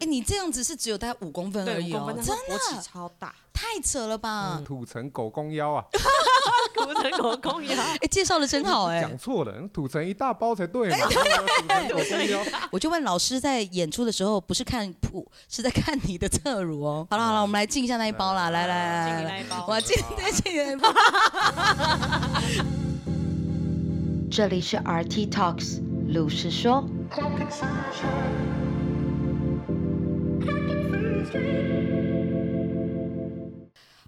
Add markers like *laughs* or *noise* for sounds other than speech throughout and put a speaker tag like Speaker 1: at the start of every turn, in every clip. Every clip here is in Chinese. Speaker 1: 哎，你这样子是只有大概五公分而
Speaker 2: 对，
Speaker 1: 已
Speaker 2: 五公
Speaker 1: 哦
Speaker 2: 分，，嗯
Speaker 1: 真
Speaker 2: 它
Speaker 1: 的
Speaker 2: 勃起超大，
Speaker 1: 太扯了吧！
Speaker 3: 土城狗公腰啊，
Speaker 2: 古城狗 *laughs* 公腰， *laughs*
Speaker 1: 哎，介绍的真 *laughs* 好哎
Speaker 3: 讲，错了，土城一大包才对嘛。
Speaker 1: *laughs*
Speaker 3: 土城狗公腰，
Speaker 1: 我就问老师在演出的时候不是看谱，是在看你的侧乳哦。好了好了，我们来敬一下那一包啦，来来来
Speaker 2: 进你
Speaker 1: 来
Speaker 2: 嗯那一
Speaker 1: *laughs*
Speaker 2: 包。
Speaker 1: 我敬对敬你那一包。
Speaker 4: 这里是 RT Talks 鲁是说。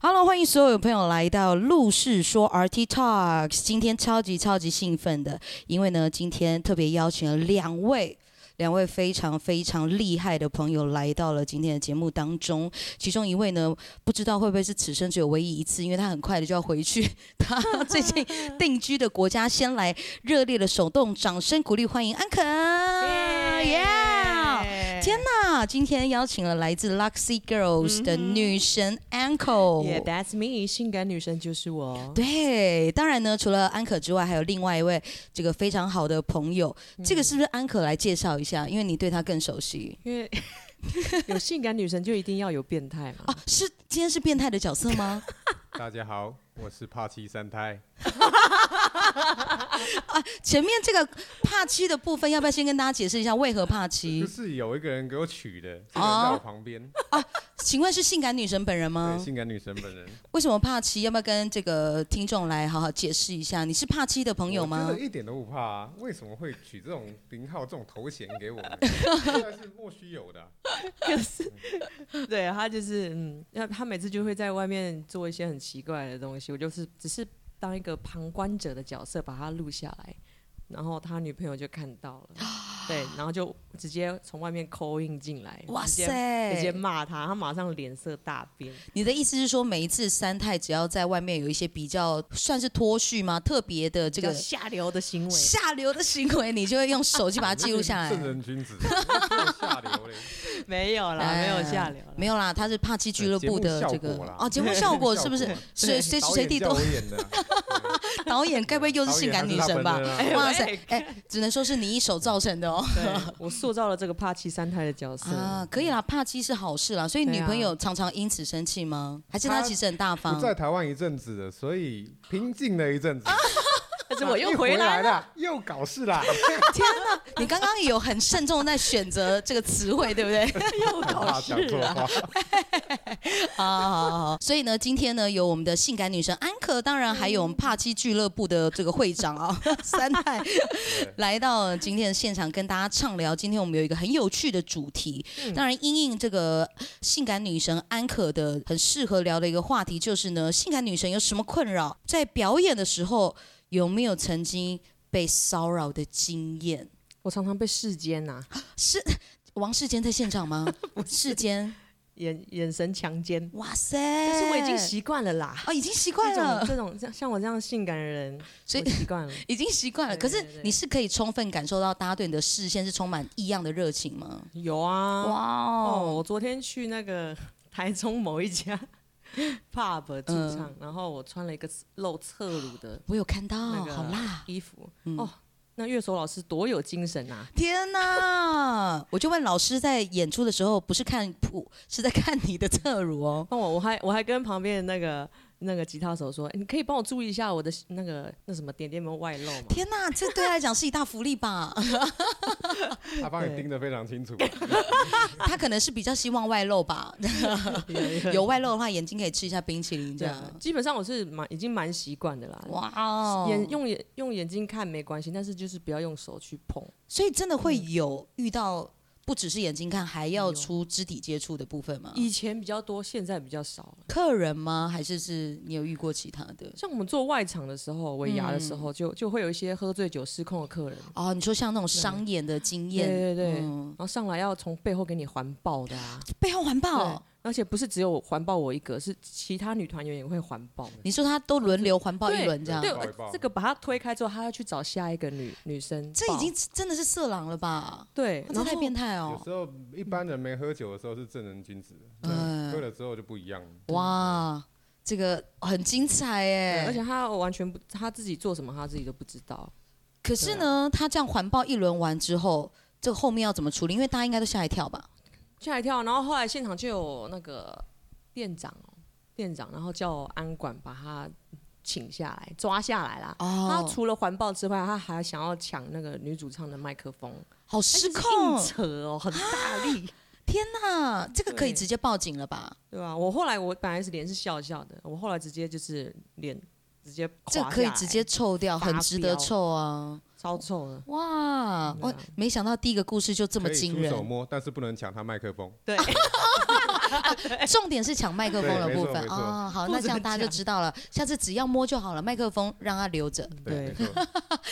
Speaker 1: Hello，欢迎所有朋友来到《陆氏说 RT Talks》。今天超级超级兴奋的，因为呢，今天特别邀请了两位。两位非常非常厉害的朋友来到了今天的节目当中，其中一位呢，不知道会不会是此生只有唯一一次，因为他很快的就要回去 *laughs* 他最近定居的国家。先来热烈的手动掌声鼓励，欢迎安肯！
Speaker 2: 啊
Speaker 1: 耶！天哪，今天邀请了来自 Luxy Girls 的女神 Anko。
Speaker 2: Yeah，that's me，性感女神就是
Speaker 3: 哦
Speaker 2: 我。
Speaker 1: 对，当然呢，除了安可之外，还有另外一位这个非常好的朋友，这
Speaker 3: 嗯
Speaker 1: 个是不是安可来介绍一下？因为你对他更熟悉
Speaker 2: 因 *laughs* 为有性感女神就一定要有变态嘛
Speaker 1: 哦。。是今天是变态的角色吗？
Speaker 3: 大家好，我是帕七三胎。
Speaker 1: 前面这个怕妻的部分，要不要先跟大家解释一下为何怕
Speaker 3: 就 *laughs*
Speaker 1: 妻？
Speaker 3: 是有一个人给我取的，这个人
Speaker 1: 哦
Speaker 3: 在我旁边，
Speaker 1: 请问是性感女神本人
Speaker 3: 对，
Speaker 1: 吗？
Speaker 3: 性感女神本人。
Speaker 1: 为什么怕妻？要不要跟这个听众来好好解释一下？你是怕妻的 *laughs* 朋友
Speaker 3: 我
Speaker 1: 吗
Speaker 3: 真的？一点都不怕啊！为什么会取这种名号、这种头衔
Speaker 1: *laughs*
Speaker 3: 给我们？应该是莫须有的啊、
Speaker 2: 可是， *laughs* 对他就是嗯，那他每次就会在外面做一些很奇怪的东西，我就是只是当一个旁观者的角色把他录下来，然后他女朋友就看 *gasps* 到了，对，然后就直接从外面扣印进来，
Speaker 1: 哇
Speaker 2: 直接直接
Speaker 1: 塞！
Speaker 2: 骂他，他马上脸色大变。
Speaker 1: 你的意思是说，每一次三太只要在外面有一些比较算是脱序吗？特别的这
Speaker 2: 比较
Speaker 1: 个
Speaker 2: 下流的行为，
Speaker 1: 下流的行为，你就会用手机把它记录下
Speaker 3: *laughs* 正
Speaker 1: 来。
Speaker 3: 人君子，太下流嘞。
Speaker 2: 没有啦，
Speaker 1: 哎
Speaker 2: 没有下流啦，
Speaker 1: 没有啦，他是帕基 *laughs* 俱乐部的这
Speaker 3: 哎节目效
Speaker 1: 个
Speaker 3: 果啦
Speaker 1: 哦，节
Speaker 3: *laughs*
Speaker 1: 目效果是不是
Speaker 3: 节目效
Speaker 1: 随随时
Speaker 3: 导
Speaker 1: 随
Speaker 3: 演
Speaker 1: 地
Speaker 3: 叫
Speaker 1: 都
Speaker 3: 我演的啊，
Speaker 1: *laughs* 导演？该不会又是性感女神吧
Speaker 3: 导演还是他本？
Speaker 2: 啊
Speaker 3: 人
Speaker 1: 哇
Speaker 2: 哎
Speaker 1: 塞，哎，只能说是你一手造成的哦。
Speaker 2: 对我塑造了这个帕奇三胎的角色
Speaker 1: 啊，可以啦，帕基是好事啦，所以女朋友常常因此生气吗？还是她
Speaker 3: 啊她
Speaker 1: 其实很大
Speaker 3: 不
Speaker 1: 方？
Speaker 3: 在台湾一阵子了，所以平静了一阵
Speaker 1: *laughs*
Speaker 3: 子。
Speaker 2: 但是
Speaker 3: 那
Speaker 2: 我
Speaker 3: 一
Speaker 2: 又
Speaker 3: 回
Speaker 2: 回来了。
Speaker 3: 了，又搞事啦。
Speaker 1: 你刚刚有很慎重地在选择这个词汇，对不对？
Speaker 2: 又
Speaker 3: 怕
Speaker 2: 搞事
Speaker 3: 啊讲错
Speaker 2: 了。
Speaker 3: 话，
Speaker 1: 好好好好， *laughs* 所以呢，今天呢，有我们的性感女神安可，当然还有我们帕基俱乐部的这个会长啊、 *laughs* 三太，来到今天的现场跟大家畅聊。今天我们有一个很有趣的主题，
Speaker 2: 嗯
Speaker 1: 当然因应这个性感女神安可的很适合聊的一个话题，就是呢，性感女神有什么困扰？在表演的时候有没有曾经被骚扰的经验？
Speaker 2: 我常常被世间啊呐、
Speaker 1: 是王世坚在现场
Speaker 2: *laughs*
Speaker 1: 吗？世坚，
Speaker 2: 眼眼神强奸，
Speaker 1: 哇塞！
Speaker 2: 但是我已经习惯了啦。
Speaker 1: 哦，已经习惯了。
Speaker 2: 这种这种像我这样性感的人，
Speaker 1: 所以
Speaker 2: 我习惯 *laughs* 了。
Speaker 1: 已经习惯了。
Speaker 2: 对
Speaker 1: 可是
Speaker 2: 对对
Speaker 1: 你是可以充分感受到大家对你的视线是充满异样的热情吗？
Speaker 2: 有啊，
Speaker 1: 哇
Speaker 2: 哦，
Speaker 1: 哦，
Speaker 2: 我昨天去那个 *laughs* 台中某一家 *laughs* pub 驻唱，然后我穿了一个露侧乳的
Speaker 1: 我有看到，
Speaker 2: 那个
Speaker 1: 好辣！
Speaker 2: 衣服，
Speaker 1: 嗯
Speaker 2: 哦，那乐手老师多有精神啊！
Speaker 1: 天哪！ *laughs* 我就问老师，在演出的时候不是看谱，是在看你的侧乳哦。
Speaker 2: 帮我，我还我还跟旁边的那个那个吉他手说，欸你可以帮我注意一下我的那个那什么点点有没有外露吗？
Speaker 1: 天哪，这对他来讲是一大福利吧？ *laughs*
Speaker 3: 他帮你
Speaker 2: 对
Speaker 3: 盯得非常清楚。
Speaker 1: 他可能是比较希望外露吧。啊有外露的话，眼睛可以吃一下冰淇淋这
Speaker 2: 对
Speaker 1: 样
Speaker 2: 啊。，基本上我是蛮已经蛮习惯的啦。
Speaker 1: 哇哦，
Speaker 2: 眼用眼用眼睛看没关系，但是就是不要用手去碰。
Speaker 1: 所以真的会有遇到不只是眼睛看，还要
Speaker 2: 嗯有
Speaker 1: 出肢体接触的部分吗？
Speaker 2: 以前比较多，现在比较少了。
Speaker 1: 客人吗？还是是你有遇过其他的？
Speaker 2: 像我们做外场的时候，尾牙的时
Speaker 1: 嗯
Speaker 2: 候，就就会有一些喝醉酒失控的客人，
Speaker 1: 哦，你说像那种商演的经验，
Speaker 2: 对对对
Speaker 1: 嗯
Speaker 2: 然后上来要从背后给你环抱的啊。
Speaker 1: 背后环
Speaker 2: 对
Speaker 1: 抱，，
Speaker 2: 而且不是只有环抱我一个，是其他女团员也会环抱的。
Speaker 1: 你说他都轮流环抱一轮这样
Speaker 2: 对，，
Speaker 3: 抱一抱
Speaker 2: 呃这个把它推开之后，他要去找下一个女女生抱。
Speaker 1: 这已经真的是色狼了吧？
Speaker 2: 对，
Speaker 1: 这太变
Speaker 2: 态。
Speaker 1: 态
Speaker 3: 有
Speaker 1: 哦！
Speaker 3: 时候一般人没喝酒的时候是正人君子，
Speaker 1: 嗯
Speaker 3: 喝了之后就不一样了。
Speaker 1: 哇，这个很精彩
Speaker 2: 对而
Speaker 1: 哎。
Speaker 2: 且他完全不，他自己做什么他自己都不知道。
Speaker 1: 可啊是呢，他这样环抱一轮完之后，这个后面要怎么处理？因为大家应该都吓一跳吧？
Speaker 2: 吓一跳。然后后来现场就有那个店长哦，店长，然后叫安管把他请下来，抓下来啦。他
Speaker 1: 哦，
Speaker 2: 除了环抱之外，他还想要抢那个女主唱的麦克风，
Speaker 1: 好失控，啊
Speaker 2: 硬扯哦，很大力，
Speaker 1: 天哪，这个可以
Speaker 2: 对
Speaker 1: 直接报警了吧？
Speaker 2: 对吧、我后来我本来是脸是笑笑的，我后来直接就是脸直接垮
Speaker 1: 这个可以
Speaker 2: 下来
Speaker 1: 直接臭掉，
Speaker 2: 发飙
Speaker 1: 很值得臭啊！
Speaker 2: 超臭 *laughs* 的，
Speaker 1: 哇，
Speaker 2: 对
Speaker 1: 我
Speaker 2: 啊
Speaker 1: 没想到第一个故事就这么
Speaker 3: 可以
Speaker 1: 惊
Speaker 3: 出手
Speaker 1: 人，
Speaker 3: 摸，但是不能抢他麦克风。
Speaker 2: 对，
Speaker 1: 重点是抢麦克风的
Speaker 3: 对没
Speaker 1: 部
Speaker 3: 错
Speaker 1: 分
Speaker 3: 没错
Speaker 1: 啊。好，
Speaker 2: 不
Speaker 1: 那这样
Speaker 2: 准
Speaker 1: 大家就
Speaker 2: 抢
Speaker 1: 知道了，下次只要摸就好了，麦克风让它留着。
Speaker 3: 对，没
Speaker 2: 对
Speaker 3: 错。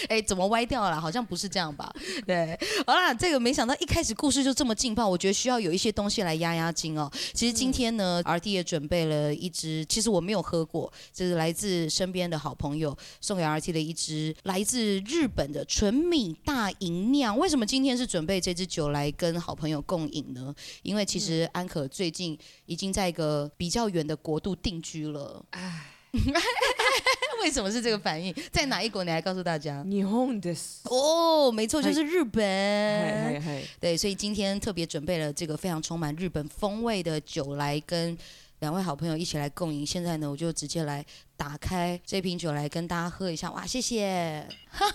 Speaker 1: 哎，怎么歪掉了啦？好像不是这样吧？对，好啦，这个没想到一开始故事就这么劲爆，我觉得需要有一些东西来压压惊哦。其实今天呢、r D 也准备了一支，其实我没有喝过，这是来自身边的好朋友送给 RT 的一支来自日本的纯米大吟酿。为什么今天是准备这支酒来跟好朋友共饮呢？因为其实安可最近已经在一个比较远的国度定居了。唉。 *laughs* 为什么是这个反应？在哪一国？你来告诉大家。
Speaker 2: 霓虹的，s
Speaker 1: 哦，没错，就
Speaker 2: 嗨
Speaker 1: 是日
Speaker 2: 嘿嘿
Speaker 1: 本。
Speaker 2: 嘿， *laughs*
Speaker 1: 对，所以今天特别准备了这个非常充满日本风味的酒来跟两位好朋友一起来共饮。现在呢，我就直接来打开这瓶酒来跟大家喝一下。哇，谢谢！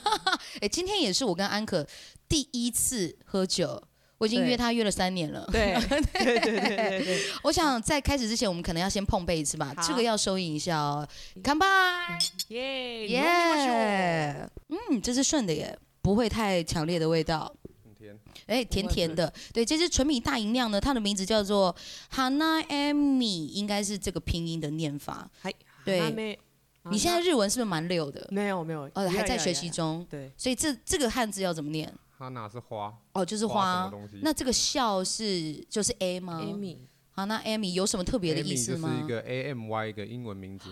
Speaker 1: *laughs* 哎，今天也是我跟安可第一次喝酒，我已经
Speaker 2: 对
Speaker 1: 约他约了三年了。
Speaker 2: 对对对对对对，
Speaker 1: *laughs* 我想在开始之前，我们可能要先碰杯一次吧，这
Speaker 2: 好
Speaker 1: 个要收引一下哦。干杯！
Speaker 2: 耶
Speaker 1: 耶、嗯，这是顺的耶，不会太强烈的味道。
Speaker 3: 很甜，
Speaker 1: 哎，甜甜的，对，这支纯米大吟酿呢，它的名字叫做 Hana Emi，应该是这个拼音的念法。
Speaker 2: 还
Speaker 1: 对
Speaker 2: 没，
Speaker 1: 你现在日文是不是蛮溜的？
Speaker 2: 没有没有，
Speaker 1: 呃，
Speaker 2: 有
Speaker 1: 还在学，
Speaker 2: 有
Speaker 1: 习
Speaker 2: 有
Speaker 1: 中
Speaker 2: 有，对，
Speaker 1: 所以这这个汉字要怎么念？
Speaker 3: 哈娜是花，
Speaker 1: 哦，就是
Speaker 3: 花什么
Speaker 1: 花。
Speaker 3: 东西？
Speaker 1: 那这个笑是就是 A 吗
Speaker 2: Amy
Speaker 1: ？Hana Emi 有什么特别的
Speaker 3: Amy
Speaker 1: 意思
Speaker 3: 就是
Speaker 1: 吗
Speaker 3: 一？个 A M Y 一个英文名字，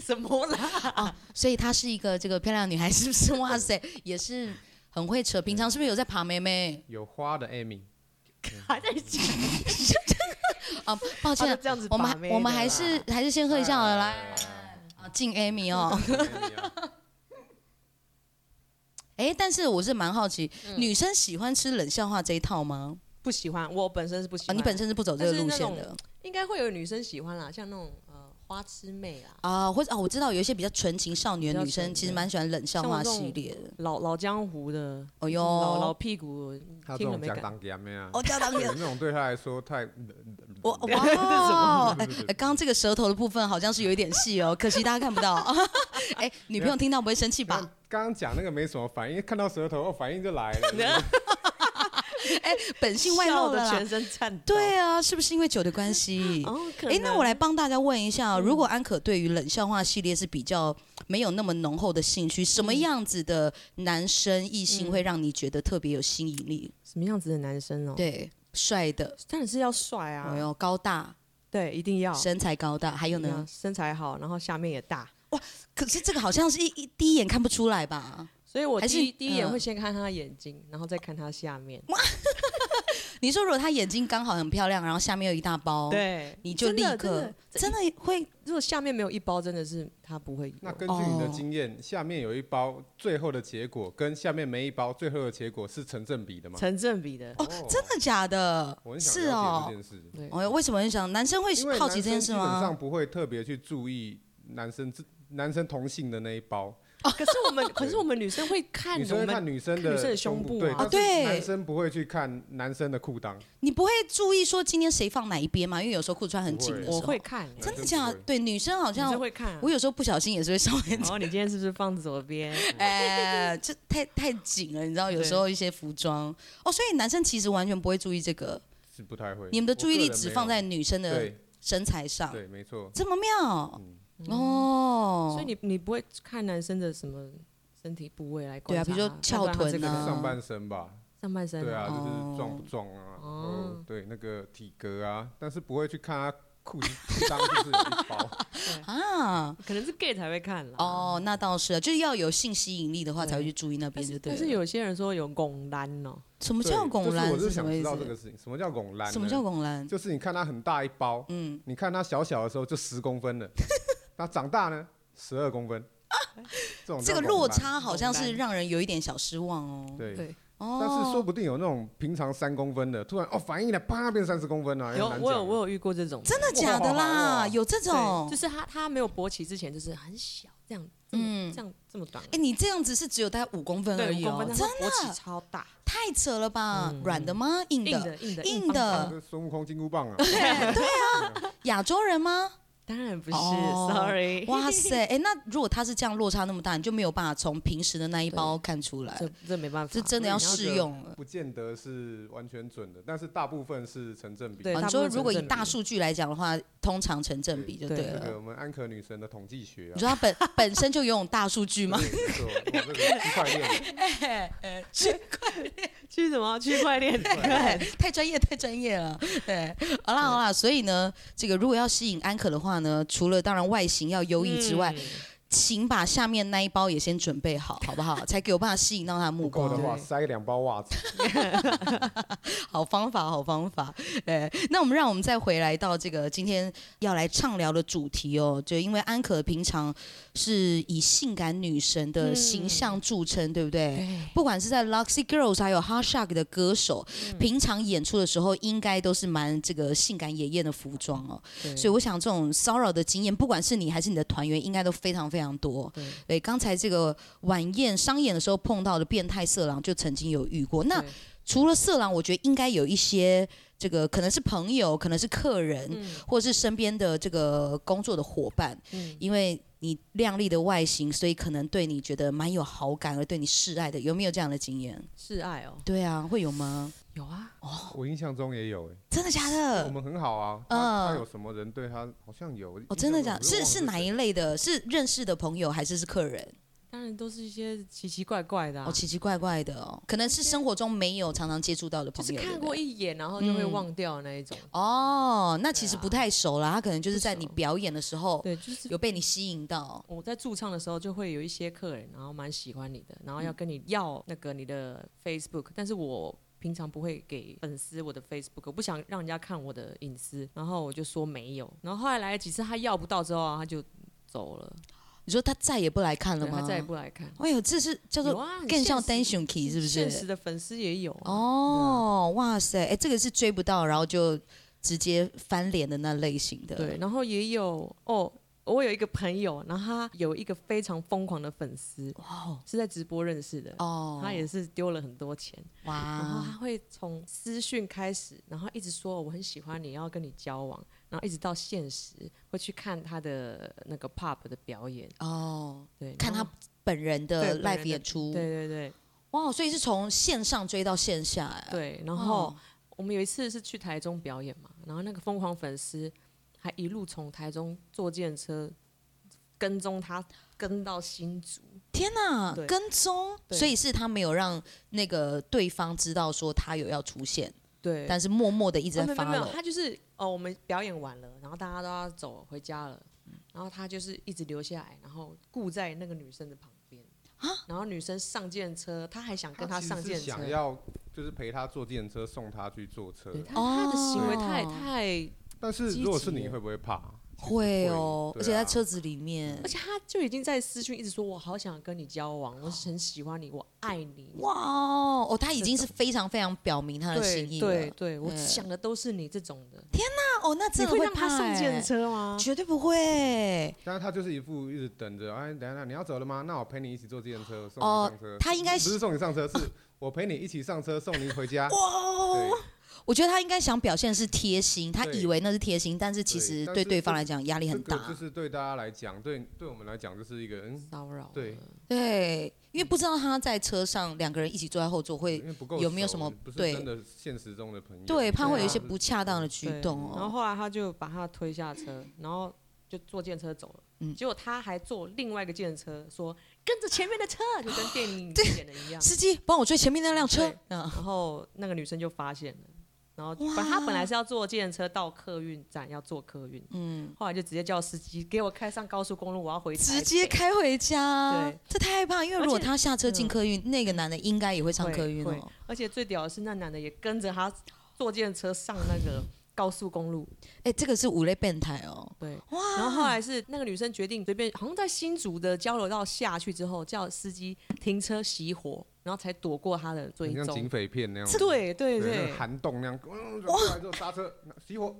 Speaker 2: 什么啦？
Speaker 1: 所以她是一个这个漂亮女孩，是不是？哇塞，也是很会扯。平常是不是有在爬妹妹？
Speaker 3: 有花的 Amy。
Speaker 2: 还在讲，
Speaker 1: 啊，抱
Speaker 2: 他
Speaker 1: 歉
Speaker 2: 就，这样子
Speaker 1: 我们
Speaker 2: 把
Speaker 1: 还
Speaker 2: 妹
Speaker 1: 我们
Speaker 2: 的
Speaker 1: 还
Speaker 2: 啦哎
Speaker 1: 是还是先喝一下好了，来啊，敬 Amy 哦。
Speaker 3: Amy 啊
Speaker 1: 哎，但是我是蛮好奇，
Speaker 2: 嗯
Speaker 1: 女生喜欢吃冷笑话这一套吗？
Speaker 2: 不喜欢，我本身是不喜
Speaker 1: 啊，
Speaker 2: 欢，
Speaker 1: 你本身是不走这个路线
Speaker 2: 但是那
Speaker 1: 的
Speaker 2: 应该会有女生喜欢啦，像那种呃花痴妹啦，
Speaker 1: 啊，或者啊，我知道有一些比较纯情少女的
Speaker 2: 比较
Speaker 1: 女生，
Speaker 2: 纯
Speaker 1: 其实
Speaker 2: 对
Speaker 1: 蛮喜欢冷笑
Speaker 2: 像我
Speaker 1: 话
Speaker 2: 这种
Speaker 1: 系列
Speaker 2: *laughs*
Speaker 1: 的。
Speaker 2: 老老江湖的，
Speaker 1: 哦哟，
Speaker 2: 老老屁股，
Speaker 3: 他这
Speaker 2: 听了
Speaker 3: 种
Speaker 2: 没
Speaker 3: 讲
Speaker 2: 感？
Speaker 3: 当家妹啊，
Speaker 1: 哦，这样当
Speaker 3: 对
Speaker 1: *laughs* 然，
Speaker 3: 那种对他来说太
Speaker 1: 我
Speaker 2: *laughs*
Speaker 1: 哇，哎，哎刚刚这个舌头的部分好像是有一点细哦，可惜大家看不
Speaker 2: *laughs*
Speaker 1: 到。哎，女朋友听到不会生 *laughs* 气吧
Speaker 2: 嗯
Speaker 3: 刚？刚刚讲那个没什么反应，看到舌头哦反应就
Speaker 1: *laughs*
Speaker 3: 来
Speaker 1: 啊
Speaker 3: *laughs*
Speaker 2: 哦
Speaker 3: 了。
Speaker 2: *laughs*
Speaker 1: 本性外露
Speaker 2: 笑
Speaker 1: 了
Speaker 2: 得
Speaker 1: 啦。
Speaker 2: 全身颤抖。
Speaker 1: 对啊，是不是因为酒的关系？
Speaker 2: *laughs* 哦，可
Speaker 1: 哎，那
Speaker 2: 能嗯
Speaker 1: 我来帮大家问一下哦，如果安可对于冷笑话系列是比较没有那么浓厚的兴趣，什
Speaker 2: 嗯
Speaker 1: 么样子的男生异性会让你觉得特别有吸引力？
Speaker 2: 什么样子的男生哦？，
Speaker 1: 对，帅的，
Speaker 2: 当然是要帅
Speaker 1: 哎
Speaker 2: 啊，
Speaker 1: 呦，高大，
Speaker 2: 对，一定要。
Speaker 1: 身材高大，还有
Speaker 2: 一定要
Speaker 1: 呢？
Speaker 2: 身材好，然后下面也大，
Speaker 1: 可是这个好像是一一第一眼看不出来吧？
Speaker 2: 所以我
Speaker 1: 还是
Speaker 2: 第一第一眼
Speaker 1: 嗯
Speaker 2: 会先看他的眼睛，然后再看他下面。
Speaker 1: 你说如果他眼睛刚好很漂亮，然后下面有一大包，
Speaker 2: 对，
Speaker 1: 哦你就
Speaker 2: 真
Speaker 1: 立
Speaker 2: 的
Speaker 1: 刻真
Speaker 2: 真的，哦
Speaker 1: 的会
Speaker 2: 如果下面没有一包，真的是他不会有。
Speaker 3: 那根据你的
Speaker 1: 哦
Speaker 3: 经验，下面有一包，最后的结果跟下面没一包，最后的结果是成正比的吗？
Speaker 2: 成正比的，
Speaker 1: 哦，真的假的
Speaker 3: 我？很
Speaker 1: 是
Speaker 3: 想了
Speaker 1: 哦
Speaker 3: 解这。件事，
Speaker 2: 对，
Speaker 1: 哎呦，为什么很想？男生会
Speaker 3: 因为
Speaker 1: 好
Speaker 3: 男
Speaker 1: 奇
Speaker 3: 生
Speaker 1: 这件事
Speaker 3: 基本
Speaker 1: 吗
Speaker 3: 上？不会特别去注意男生自男生同性的那一包，
Speaker 1: 哦
Speaker 2: 可是我们，可是我们女生会看
Speaker 3: 女生
Speaker 2: 我
Speaker 3: 会看
Speaker 2: 们，
Speaker 3: 女生
Speaker 2: 看
Speaker 3: 的
Speaker 2: 女生的胸部
Speaker 3: 部，对
Speaker 2: 啊，
Speaker 3: 但是
Speaker 1: 对
Speaker 3: 男生不会去看男生的裤裆，
Speaker 1: 你不会注意说今天谁放哪一边吗？因为有时候裤穿很紧的时候，
Speaker 2: 我会看，
Speaker 3: 男
Speaker 1: 真的
Speaker 3: 生
Speaker 1: 假
Speaker 3: 不
Speaker 1: 的
Speaker 3: 会？
Speaker 1: 对，女生好
Speaker 2: 女生
Speaker 1: 像
Speaker 2: 会看啊。
Speaker 1: 我有时候不小心也是会稍微
Speaker 3: *laughs*
Speaker 2: 然，后你今天是不是放左边？
Speaker 1: 哎，这太太紧了，你知道，有时候一些服装哦，所以男生其实完全不会注意这个，
Speaker 3: 是不太会。
Speaker 1: 你们的
Speaker 3: 我
Speaker 1: 注意力
Speaker 3: 个人
Speaker 1: 只
Speaker 3: 没
Speaker 1: 放
Speaker 3: 有
Speaker 1: 在女生的啊
Speaker 3: 对
Speaker 1: 身材上，
Speaker 3: 对，没错。
Speaker 1: 这么妙
Speaker 3: 嗯，
Speaker 1: 哦。
Speaker 2: 所以你你不会看男生的什么身体部位来观
Speaker 1: 对啊
Speaker 2: 察
Speaker 1: 比
Speaker 2: 他？
Speaker 1: 如说翘
Speaker 2: 要不然他
Speaker 1: 臀
Speaker 2: 这个
Speaker 1: 啊
Speaker 3: 上半身吧，
Speaker 2: 上半身
Speaker 3: 对啊，
Speaker 2: 哦
Speaker 3: 就是壮不壮啊，然后
Speaker 2: 哦
Speaker 3: 对那个体格啊，但是不会去看他裤子裤裆是不是有一包。嗯
Speaker 1: 啊，
Speaker 2: 可能是 gay 才会看了。
Speaker 1: 哦，那倒是啊，就是要有性吸引力的话，
Speaker 2: 对
Speaker 1: 才会去注意那边，
Speaker 2: 但
Speaker 1: 就是对了。
Speaker 2: 但是有些人说有拱男哦，
Speaker 1: *laughs* 什么叫
Speaker 3: 对
Speaker 1: 拱
Speaker 3: 就是
Speaker 1: 篮
Speaker 3: 我是
Speaker 1: 什
Speaker 3: 想
Speaker 1: 么意
Speaker 3: 知道这个
Speaker 1: 思？
Speaker 3: 事情，什么叫拱篮呢？
Speaker 1: 什么叫拱篮？
Speaker 3: 就是你看它很大一包，
Speaker 1: 嗯，
Speaker 3: 你看它小小的时候就十公
Speaker 1: *laughs*
Speaker 3: 分了，那长大呢十二公分，这种
Speaker 1: 这
Speaker 3: 叫
Speaker 1: 个
Speaker 3: 拱
Speaker 1: 落
Speaker 3: 篮
Speaker 1: 差好像
Speaker 2: 拱
Speaker 1: 是
Speaker 2: 篮
Speaker 1: 让人有一点小失望哦。
Speaker 3: 对
Speaker 2: 对
Speaker 1: 哦，
Speaker 3: 但是说不定有那种平常三公分的，突然哦反应了，啪变三十公分啊，
Speaker 2: 有
Speaker 3: 很难
Speaker 2: 我有
Speaker 3: 讲
Speaker 2: 我有遇过这种，
Speaker 1: 真的假的啦？
Speaker 3: 哇
Speaker 1: 有这种
Speaker 2: 对，就？是他他没有勃起之前就是很小这样，
Speaker 1: 嗯
Speaker 2: 嗯，这样这么短，
Speaker 1: 哎，你这样子是只有大概五公分而
Speaker 2: 对，
Speaker 1: 已
Speaker 2: 五公
Speaker 1: 哦
Speaker 2: 分，，
Speaker 1: 真
Speaker 2: 但它勃
Speaker 1: 的
Speaker 2: 起超大，
Speaker 1: 太扯了吧？
Speaker 2: 嗯
Speaker 1: 软的吗？硬
Speaker 2: 硬
Speaker 1: 的？
Speaker 2: 的硬的
Speaker 1: 硬
Speaker 2: 邦邦
Speaker 1: 的
Speaker 3: 这是孙悟空金箍棒
Speaker 1: *laughs*
Speaker 3: 啊，
Speaker 1: 亚洲人
Speaker 2: *laughs*
Speaker 1: 吗？
Speaker 2: 当然不是
Speaker 1: 哦
Speaker 2: ，sorry，
Speaker 1: 哇塞！哎，那如果他是这样落差那么大，你就没有办法从平时的那一包看出来，
Speaker 2: 这这没办法，
Speaker 1: 这真的要试用了。
Speaker 3: 不见得是完全准的，但是大部分是成正比。
Speaker 2: 对
Speaker 1: 哦你
Speaker 2: 大部
Speaker 1: 说
Speaker 2: 分
Speaker 1: 如果以
Speaker 2: 成正比
Speaker 1: 大数据来讲的话，通常成正比就对啊
Speaker 2: 对
Speaker 3: 这个
Speaker 1: 了。
Speaker 3: 我们安可女神的统计学啊
Speaker 1: 你，说他本 *laughs* 本身就拥有大数据吗？
Speaker 2: *laughs*
Speaker 1: *laughs*
Speaker 3: 对没错，哇这个区块链，
Speaker 2: 去什么区块链？
Speaker 1: *laughs* 对，太专业，太专业了。对，好啦好啦，所以呢，这个如果要吸引安可的话呢，除了当然外形要优异之外，
Speaker 2: 嗯
Speaker 1: 请把下面那一包也先准备好，好不好？才有办法吸引到他的目
Speaker 3: 不够的
Speaker 1: 光。
Speaker 3: 话
Speaker 2: 对
Speaker 3: 塞两包袜子，
Speaker 1: 好方法，好方法。哎，那我们让我们再回来到这个今天要来畅聊的主题哦，就因为安可平常是以性感女神的形象著称，对不对？
Speaker 2: 嗯对
Speaker 1: 不管是在 Luxy Girls 还有 Hot Shark 的歌手，
Speaker 2: 嗯
Speaker 1: 平常演出的时候应该都是蛮这个性感野艳的服装哦，
Speaker 2: 对
Speaker 1: 所以我想这种骚扰的经验，不管是你还是你的团员，应该都非常非常多。
Speaker 2: 对
Speaker 1: 对，刚才这个晚宴商演的时候碰到的变态色狼，就曾经有遇过。那
Speaker 2: 对
Speaker 1: 除了色狼，我觉得应该有一些这个可能是朋友，可能是客人，或者是身边的这个工作的伙伴，
Speaker 2: 嗯
Speaker 1: 因为你靓丽的外形，所以可能对你觉得蛮有好感，而对你示爱的，有没有这样的经验？
Speaker 2: 示爱哦，
Speaker 1: 对啊，会有吗？
Speaker 2: 有啊，
Speaker 3: 我印象中也有欸
Speaker 1: 真的假
Speaker 3: 我
Speaker 1: 的？
Speaker 3: 们很好啊，他他
Speaker 1: 嗯
Speaker 3: 有什么人对他好像有
Speaker 1: 哦，真的假
Speaker 3: 讲
Speaker 1: 的？是是哪一类的？是认识的朋友还是是客人？
Speaker 2: 当然都是一些奇奇怪怪的啊
Speaker 1: 哦，，奇奇怪怪的哦，可能是生活中没有常常接触到的
Speaker 2: 就
Speaker 1: 朋
Speaker 2: 是
Speaker 1: 友。对
Speaker 2: 看
Speaker 1: 不对
Speaker 2: 过一眼然后就会
Speaker 1: 嗯
Speaker 2: 忘掉的那一种，
Speaker 1: 哦，那其实
Speaker 2: 对啊
Speaker 1: 不太熟啦，他可能就是在
Speaker 2: 不
Speaker 1: 你
Speaker 2: 熟
Speaker 1: 表演的时候
Speaker 2: 对，就是
Speaker 1: 有被你吸引到。
Speaker 2: 我在驻唱的时候，就会有一些客人，然后蛮喜欢你的，然
Speaker 1: 嗯
Speaker 2: 后要跟你要那个你的 Facebook，但是我平常不会给粉丝我的 Facebook，我不想让人家看我的隐私，然后我就说没有，然后后来来了几次他要不到之后啊，他就走了，
Speaker 1: 你说他再也不来看了
Speaker 2: 对
Speaker 1: 吗？
Speaker 2: 他再也不来看，
Speaker 1: 哎呦，这是叫
Speaker 2: 有
Speaker 1: 做
Speaker 2: 啊，很
Speaker 1: 更像
Speaker 2: 现实
Speaker 1: tension key 是不
Speaker 2: 现实
Speaker 1: 是？
Speaker 2: 的粉丝也有啊，
Speaker 1: 哦，哇塞，哎，这个是追不到，然后就直接翻脸的那类型的。
Speaker 2: 对，，然后也有哦。我有一个朋友，然后他有一个非常疯狂的粉丝，
Speaker 1: 哇
Speaker 2: 是在直播认识的，
Speaker 1: 哦，
Speaker 2: 他也是丢了很多钱，然后他
Speaker 1: 哇，
Speaker 2: 会从私讯开始，然后一直说我很喜欢你，要跟你交往，然后一直到现实会去看他的那个 pop 的表演，
Speaker 1: 哦，
Speaker 2: 对，
Speaker 1: 看
Speaker 2: 然
Speaker 1: 他
Speaker 2: 后
Speaker 1: 本人
Speaker 2: 对
Speaker 1: 的
Speaker 2: 本人
Speaker 1: live
Speaker 2: 的
Speaker 1: 演出。
Speaker 2: 对对对
Speaker 1: 哇，哦所以是从线上追到线下哎。
Speaker 2: 对，然
Speaker 1: 哇，
Speaker 2: 后我们有一次是去台中表演嘛，然后那个疯狂粉丝还一路从台中坐电车跟踪他，跟到新竹，
Speaker 1: 天呐，
Speaker 2: 对
Speaker 1: 跟踪，
Speaker 2: 对
Speaker 1: 所以是他没有让那个对方知道说他有要出现，
Speaker 2: 对，
Speaker 1: 但是默默的一直
Speaker 2: 哦
Speaker 1: 在
Speaker 2: 没有没有
Speaker 1: 发
Speaker 2: 没有，
Speaker 1: 了。
Speaker 2: 他就是哦，我们表演完了，然后大家都要走回家了，然后他就是一直留下来，然后顾在那个女生的旁边然后女生上电车，他还想跟她
Speaker 3: 他其实
Speaker 2: 上
Speaker 3: 是
Speaker 2: 电车
Speaker 3: 想，要就是陪他坐电车，送他去坐车
Speaker 2: 对。他他的行为太
Speaker 1: 哦
Speaker 2: 太，
Speaker 3: 但是
Speaker 2: 积
Speaker 3: 如果是
Speaker 2: 极
Speaker 3: 你，
Speaker 2: 耶
Speaker 3: 会不会怕？其实
Speaker 1: 会哦，
Speaker 3: 对
Speaker 1: 而且在
Speaker 3: 啊
Speaker 1: 车子里面
Speaker 2: 而，且他就已经在私讯一直说，我好想跟你交往，我很喜欢你，我爱你，
Speaker 1: 哇哦，哦，他已经是非常非常表明他的
Speaker 2: 对
Speaker 1: 心意
Speaker 2: 对
Speaker 1: 了。
Speaker 2: 对，我
Speaker 1: 嗯
Speaker 2: 想的都是你这种的，
Speaker 1: 那哦，那
Speaker 2: 你
Speaker 1: 真的
Speaker 2: 会欸让
Speaker 1: 怕
Speaker 2: 他上电
Speaker 1: 哎，
Speaker 2: 车吗？
Speaker 1: 绝对不会。
Speaker 3: 但是他就是一副一直等着，哎，等一下你要走了吗？那我陪你一起坐计程车，送
Speaker 1: 哦
Speaker 3: 你上车。
Speaker 1: 他应该
Speaker 3: 不
Speaker 1: 是
Speaker 3: 是送你上
Speaker 1: *laughs*
Speaker 3: 车，是我陪你一起上车，送你回家。
Speaker 1: 哇哦，我觉得他应该想表现是贴心，他
Speaker 3: 对
Speaker 1: 以为那是贴心，但是其
Speaker 3: 对
Speaker 1: 实
Speaker 3: 但
Speaker 1: 对
Speaker 3: 是
Speaker 1: 对方
Speaker 3: 这
Speaker 1: 来讲压力
Speaker 3: 这
Speaker 1: 很
Speaker 3: 个
Speaker 1: 大
Speaker 3: 就。是对大家来讲，对对我们来讲，就是一个嗯，
Speaker 2: 骚扰
Speaker 3: 对
Speaker 2: 了
Speaker 1: 对，因为不知道他在车上两个人一起坐在后座会
Speaker 2: 嗯
Speaker 3: 因为不够
Speaker 1: 有没有
Speaker 3: 熟
Speaker 1: 什么
Speaker 3: 不是
Speaker 1: 对
Speaker 3: 真的现实中的朋友？
Speaker 1: 对，怕会有一
Speaker 2: 对啊
Speaker 1: 些不恰当的举
Speaker 2: 对啊
Speaker 1: 动
Speaker 2: 然后
Speaker 1: 哦。
Speaker 2: 后来他就把他推下车，然后就坐电车走了。
Speaker 1: 嗯
Speaker 2: 结果他还坐另外一个电车，说跟着前面的车，就跟电影里演的一样。
Speaker 1: 司机，帮我追前面那辆车
Speaker 2: 对。
Speaker 1: 啊，
Speaker 2: 然后那个女生就发现了，然后
Speaker 1: 哇
Speaker 2: 本他本来是要坐电车到客运站，要坐客运，
Speaker 1: 嗯，
Speaker 2: 后来就直接叫司机给我开上高速公路，我要回台北
Speaker 1: 直接开回家
Speaker 2: 对，
Speaker 1: 这太害怕，因为如果
Speaker 2: 而且
Speaker 1: 他下车进
Speaker 2: 嗯
Speaker 1: 客运，那个男的应该也会上客运
Speaker 2: 会
Speaker 1: 哦。
Speaker 2: 而且最屌的是，那男的也跟着他坐电车上那个高速公路。
Speaker 1: 哎，这个是五类变态哦。
Speaker 2: 对，然后后来是那个女生决定随便，好像在新竹的交流道下去之后，叫司机停车熄火，然后才躲过他的追
Speaker 3: 很像警
Speaker 2: 踪。
Speaker 3: 匪片那样子。
Speaker 2: 对对
Speaker 3: 对，那
Speaker 2: 对
Speaker 3: 个，涵洞那样，嗯，过来之后刹车，熄火，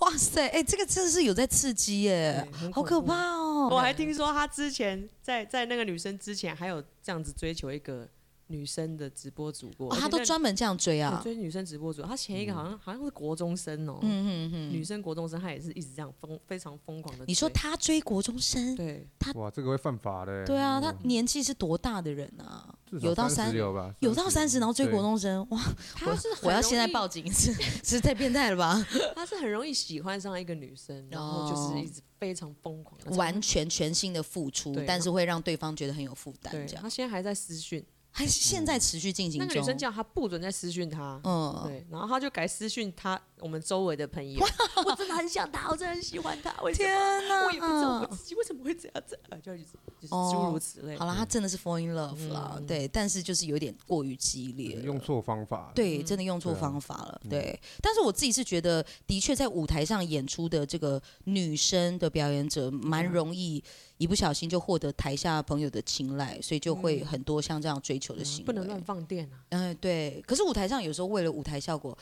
Speaker 1: 哇塞，哎、这个真的是有在刺激耶，
Speaker 2: 对很
Speaker 1: 好
Speaker 2: 恐
Speaker 1: 可
Speaker 2: 怖
Speaker 1: 怕哦。
Speaker 2: 我还听说他之前在在那个女生之前，还有这样子追求一个女生的直播主过，
Speaker 1: 哦，他都专门这样追
Speaker 2: 门
Speaker 1: 啊。
Speaker 2: 哦追女生直播主。他前
Speaker 3: 嗯
Speaker 2: 一个好像、好像是国中生哦、
Speaker 1: 嗯嗯嗯，
Speaker 2: 女生国中生，他也是一直这样疯非常疯狂的。
Speaker 1: 你说？他追国中生？
Speaker 2: 对，
Speaker 3: 哇，这个会犯法的欸。
Speaker 1: 对啊，他年纪是多大的人啊？
Speaker 3: 至少
Speaker 1: 有到
Speaker 3: 三
Speaker 1: 三
Speaker 3: 十。有吧？
Speaker 1: 有到三十，然后追
Speaker 3: 对
Speaker 1: 国中生，哇！
Speaker 2: 他是
Speaker 1: 我
Speaker 2: 很
Speaker 1: 要
Speaker 2: 容
Speaker 1: 现在
Speaker 2: 易
Speaker 1: 报警，
Speaker 2: *laughs*
Speaker 1: 是是太变态了吧？
Speaker 2: 他是很容易喜欢上一个女生，然后就是一直非常疯狂地这
Speaker 1: 哦
Speaker 2: 样。
Speaker 1: 完全全心的付出
Speaker 2: 对，
Speaker 1: 但是会让对方觉得很有负担，
Speaker 2: 对，
Speaker 1: 这样
Speaker 2: 他现在还在私讯，
Speaker 1: 还是现在持续进行
Speaker 2: 那个女生
Speaker 1: 中。
Speaker 2: 叫他不准再私讯他。
Speaker 1: 嗯，
Speaker 2: 对，然后他就改私讯他我们周围的朋友，我真的很想他，我真的很喜欢他，为什
Speaker 1: 天
Speaker 2: 么？
Speaker 1: 哪！嗯
Speaker 2: 我也不知道我自己为什么会这样子，呃就就是就是诸如
Speaker 1: 哦
Speaker 2: 此类。
Speaker 1: 好了，他真的是 fall in love 啦，
Speaker 2: 嗯
Speaker 1: 对，但是就是有点过于激烈了，
Speaker 3: 用错方法。，
Speaker 2: 嗯
Speaker 1: 对，真的用错
Speaker 3: 对啊
Speaker 1: 方法了，对。但是我自己是觉得，的确在舞台上演出的这个女生的表演者，蛮
Speaker 2: 嗯
Speaker 1: 容易一不小心就获得台下朋友的青睐，所以就会很多像这样追求的行为。
Speaker 2: 嗯不能乱放电啊！
Speaker 1: 嗯，对。可是舞台上有时候为了舞台效果，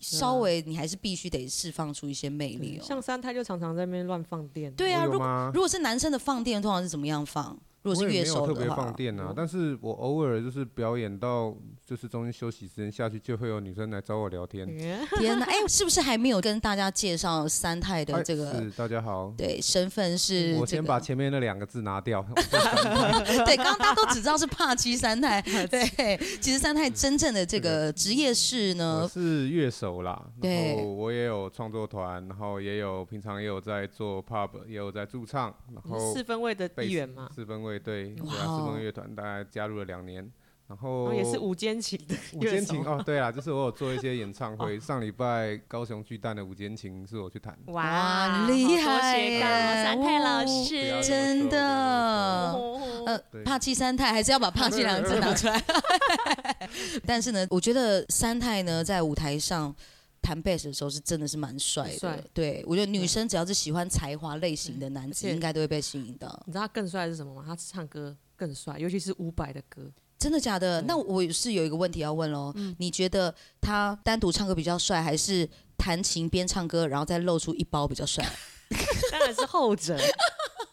Speaker 1: 稍微你还是必须得释放出一些魅力哦。
Speaker 2: 啊像三胎就常常在那边乱放电。
Speaker 1: 对啊，
Speaker 3: 我有
Speaker 1: 如果
Speaker 3: 吗？
Speaker 1: 如果是男生的放电，通常是怎么样放？如果
Speaker 3: 我
Speaker 1: 是
Speaker 3: 也
Speaker 1: 乐
Speaker 3: 没有
Speaker 1: 手
Speaker 3: 特别
Speaker 1: 的话嗯
Speaker 3: 放，电啊，但是我偶尔就是表演到就是中间休息时间下去，就会有女生来找我聊天。
Speaker 2: 嗯，
Speaker 1: 天哪！哎，是不是还没有跟大家介绍三太的
Speaker 3: 嗨
Speaker 1: 这个？
Speaker 3: 哎是大家好，
Speaker 1: 对，身份是、这个、
Speaker 3: 我先
Speaker 1: *laughs*
Speaker 3: 把前面那两个字拿掉。
Speaker 1: 对，刚刚大家都只知道是帕基三太，对，其实三
Speaker 3: 嗯
Speaker 1: 太真正的这个职业是
Speaker 2: 呃
Speaker 3: 我
Speaker 1: 呢，
Speaker 3: 是乐手啦，然
Speaker 1: 对
Speaker 3: 后我也有创作团，然后也有平常也有在做 pub，也有在驻唱，
Speaker 2: 你
Speaker 3: 然
Speaker 2: 是
Speaker 3: 后
Speaker 2: 四分位的
Speaker 3: 贝
Speaker 2: 一
Speaker 3: 斯
Speaker 2: 员嘛，
Speaker 3: 四分卫队，对
Speaker 1: 哇
Speaker 3: 啊，
Speaker 1: 哦
Speaker 3: 四分乐团大概加入了两年，然
Speaker 2: 然
Speaker 3: 后
Speaker 2: 后也是午间情的
Speaker 3: 午
Speaker 2: 乐
Speaker 3: 间
Speaker 2: 手 *laughs* 哦
Speaker 3: 情。哦，对啊，就是我有做一些演唱会，上礼拜高雄巨蛋的午间情是我去弹，
Speaker 1: 哇
Speaker 2: 好
Speaker 1: 厉
Speaker 2: 多斜
Speaker 1: 害
Speaker 2: 杠
Speaker 1: 耶
Speaker 2: 哦三太
Speaker 1: 哦
Speaker 2: 老
Speaker 3: 不要这么
Speaker 2: 师
Speaker 3: 说
Speaker 1: 真
Speaker 3: 啊不
Speaker 1: 的
Speaker 3: 要这么
Speaker 2: 哦
Speaker 3: 说。
Speaker 1: 呃
Speaker 3: 对，
Speaker 1: 帕基三太还是要把帕基两个字拿出来。 *laughs* 但是呢，我觉得三太呢在舞台上弹贝斯的时候是真的是蛮帅
Speaker 2: 很
Speaker 1: 的
Speaker 2: 帅。
Speaker 1: 对，我觉得女生只要是喜欢才华类型的男子，
Speaker 2: 而且
Speaker 1: 应该都会被吸引到。
Speaker 2: 你知道他更帅的是什么吗？他唱歌更帅，尤其是伍佰的歌。
Speaker 1: 真的假的？
Speaker 2: 对
Speaker 1: 那我是有一个问题要问喽，你觉得他单独唱歌比较帅，还是弹琴边唱歌，然后再露出一包比较帅？
Speaker 2: *laughs* 当然是后 *laughs* 者，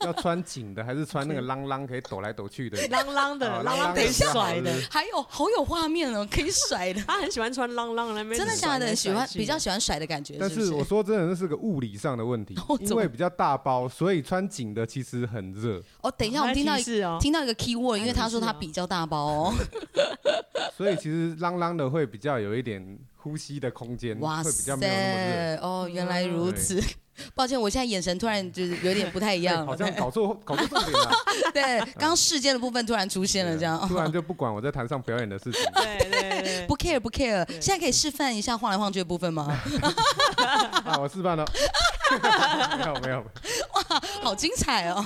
Speaker 3: 要穿紧的还是穿那个啷啷可以抖来抖去的？
Speaker 2: 啷啷的，
Speaker 3: 啊
Speaker 2: 哦啷啷可以
Speaker 3: 比较好
Speaker 2: 甩的，
Speaker 3: 是不。是
Speaker 1: *laughs* 还有好有画面哦，可以甩的
Speaker 2: 他很喜欢穿啷啷那
Speaker 1: *laughs*
Speaker 2: 边
Speaker 1: 真的假的？喜
Speaker 2: 甩来
Speaker 1: 欢
Speaker 2: 甩去
Speaker 1: 比较喜欢甩的感觉，
Speaker 3: 但
Speaker 1: 是不
Speaker 3: 是我说真的，那是个物理上的问题
Speaker 1: 哦，
Speaker 3: 因
Speaker 1: 怎么
Speaker 3: 为比较大包，所以穿紧的其实很热，
Speaker 1: 哦，等一下，我们听到一
Speaker 2: 是哦，
Speaker 1: 听到一个 key word，因为他说他
Speaker 3: 啊
Speaker 2: 还有意思哦
Speaker 1: 比较大包
Speaker 3: *laughs*
Speaker 1: 哦，
Speaker 3: 所以其实啷啷的会比较有一点呼吸的空间，
Speaker 1: 哇
Speaker 3: 会比较没有那么热。
Speaker 1: 塞，哦，原来如此。 *laughs* 抱歉，我现在眼神突然就是有点不太一样
Speaker 3: 哎好
Speaker 1: 了。
Speaker 3: *laughs* 像搞错搞错重点
Speaker 1: *laughs*
Speaker 3: 了，
Speaker 1: 对，刚刚事件的部分突然出现了，这样
Speaker 3: 啊突然就不管我在台上表演的事情，
Speaker 2: 对对对，
Speaker 1: *laughs* 不 care 不 care。现在可以示范一下晃来晃去的部分吗？
Speaker 3: 啊，我示范了， *laughs* 没有没有，
Speaker 1: 好精彩哦！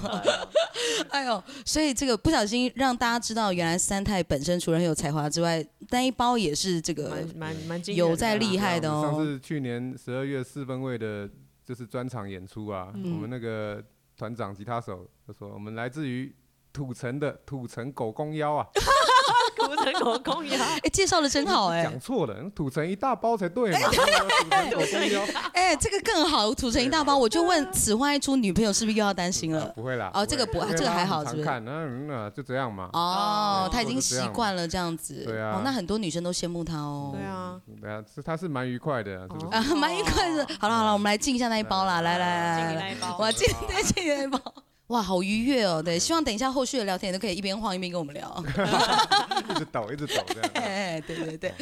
Speaker 1: *laughs* 哎呦，所以这个不小心让大家知道，原来三太本身除了很有才华之外，那一包也是
Speaker 2: *laughs*
Speaker 1: 这个
Speaker 2: 蛮蛮蛮惊人的
Speaker 1: 有在厉害的
Speaker 3: 对啊我们上
Speaker 1: 哦。
Speaker 3: 次去年十二月四分位的，就是专场演出啊，
Speaker 1: 嗯
Speaker 3: 我们那个团长吉他手就说，我们来自于土城的土城狗公腰啊，
Speaker 2: 古城狗公羊，
Speaker 1: 哎，介绍的真好哎、
Speaker 3: 讲错了，土城一大包才对嘛，土城狗公腰，
Speaker 1: 哎、这个更好，土城一大包，我就问此话一出，女朋友是不是又要担心
Speaker 3: 啊
Speaker 1: 了？
Speaker 3: 不会啦，
Speaker 1: 哦这个不
Speaker 3: 因为
Speaker 1: 这个还好
Speaker 3: 他
Speaker 1: 是
Speaker 3: 很
Speaker 1: 不是
Speaker 3: 常看，那嗯啊就这样嘛，
Speaker 1: 哦
Speaker 2: 哦，
Speaker 1: 她已经习惯了这样子，
Speaker 3: 对啊
Speaker 1: 哦，那很多女生都羡慕她哦
Speaker 2: 对。啊，
Speaker 3: 对啊，是他是蛮愉快的啊，是不是？
Speaker 1: 啊， *laughs* 蛮愉快的。好了好了，我们来敬一下那一包啦，来来来来来，
Speaker 2: 一包
Speaker 1: 我啊敬对敬那一包。哇，好愉悦哦！对，希望等一下后续的聊天都可以一边晃一边跟我们聊。
Speaker 3: 一直抖一直抖这样，
Speaker 1: 哎， *laughs* 对对对。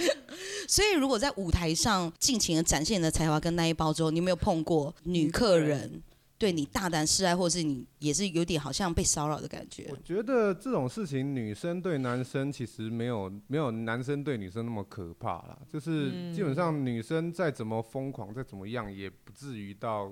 Speaker 1: 所以，如果在舞台上尽情的展现你的才华跟那一包之后，你有没有碰过女客人对你大胆示爱，或是你也是有点好像被骚扰的感觉
Speaker 3: 我？觉得这种事情，女生对男生其实没有没有男生对女生那么可怕啦。就是基本上女生再怎么疯狂，再怎么样，也不至于到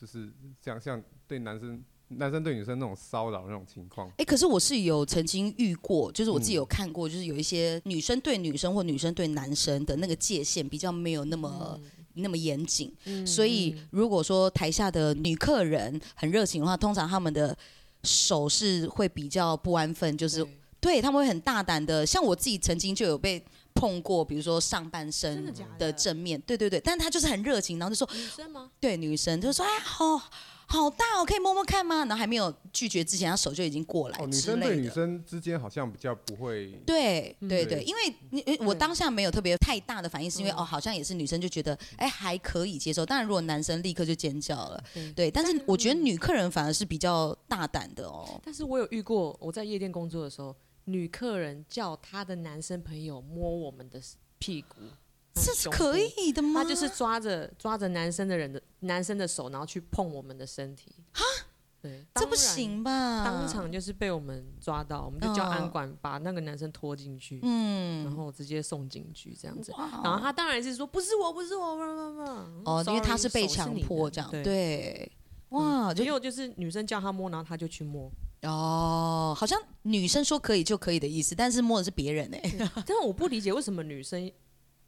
Speaker 3: 就是像像对男生男生对女生那种骚扰那种情况。
Speaker 1: 哎、可是我是有曾经遇过，就是我自己有看过，就是有一些女生对女生或女生对男生的那个界限比较没有那么、那么严谨，所以如果说台下的女客人很热情的话，通常他们的手势会比较不安分，就是
Speaker 2: 对
Speaker 1: 对他们会很大胆的，像我自己曾经就有被碰过，比如说上半
Speaker 2: 嗯
Speaker 5: 真的
Speaker 1: 身
Speaker 5: 假
Speaker 1: 的正面，对对对，但他就是很热情，然后就说
Speaker 5: 女生吗？
Speaker 1: 对女生，就说哎好好大哦，可以摸摸看吗？然后还没有拒绝之前，他手就已经过来
Speaker 3: 哦，女
Speaker 1: 之
Speaker 3: 生对
Speaker 1: 类
Speaker 3: 女
Speaker 1: 的。
Speaker 3: 生之间好像比较不会，
Speaker 1: 对
Speaker 2: 嗯
Speaker 1: 对
Speaker 3: 对
Speaker 1: 对，因为你因为我
Speaker 2: 对
Speaker 1: 当下没有特别太大的反应，是因为
Speaker 2: 嗯
Speaker 1: 哦，好像也是女生就觉得哎还可以接受。当然，如果男生立刻就尖叫了，
Speaker 2: 对嗯
Speaker 1: 对。但是我觉得女客人反而是比较大胆的哦。
Speaker 2: 但是我有遇过，我在夜店工作的时候，女客人叫她的男生朋友摸我们的屁股，嗯
Speaker 1: 这是可以的吗？
Speaker 2: 他就是抓着抓着男生的人的男生的手，然后去碰我们的身体。哈，对，
Speaker 1: 这不
Speaker 2: 当然。
Speaker 1: 行吧？
Speaker 2: 当场就是被我们抓到，我们就叫
Speaker 1: 嗯
Speaker 2: 安管把那个男生拖进去，
Speaker 1: 嗯，
Speaker 2: 然后直接送警局这样子。
Speaker 1: 哇
Speaker 2: 然后他当然是说不是我，不是我，不不不。
Speaker 1: 哦，因为
Speaker 2: 嗯 sorry，
Speaker 1: 他是被
Speaker 2: 手你
Speaker 1: 强
Speaker 2: 的
Speaker 1: 迫这样，
Speaker 2: 对。嗯
Speaker 1: 对，哇，就
Speaker 2: 也有就是女生叫他摸，然后他就
Speaker 1: *laughs*
Speaker 2: 去摸。
Speaker 1: 哦，好像女生说可以就可以的意思，但是摸的是别人哎、
Speaker 2: 但我不理解为什么女生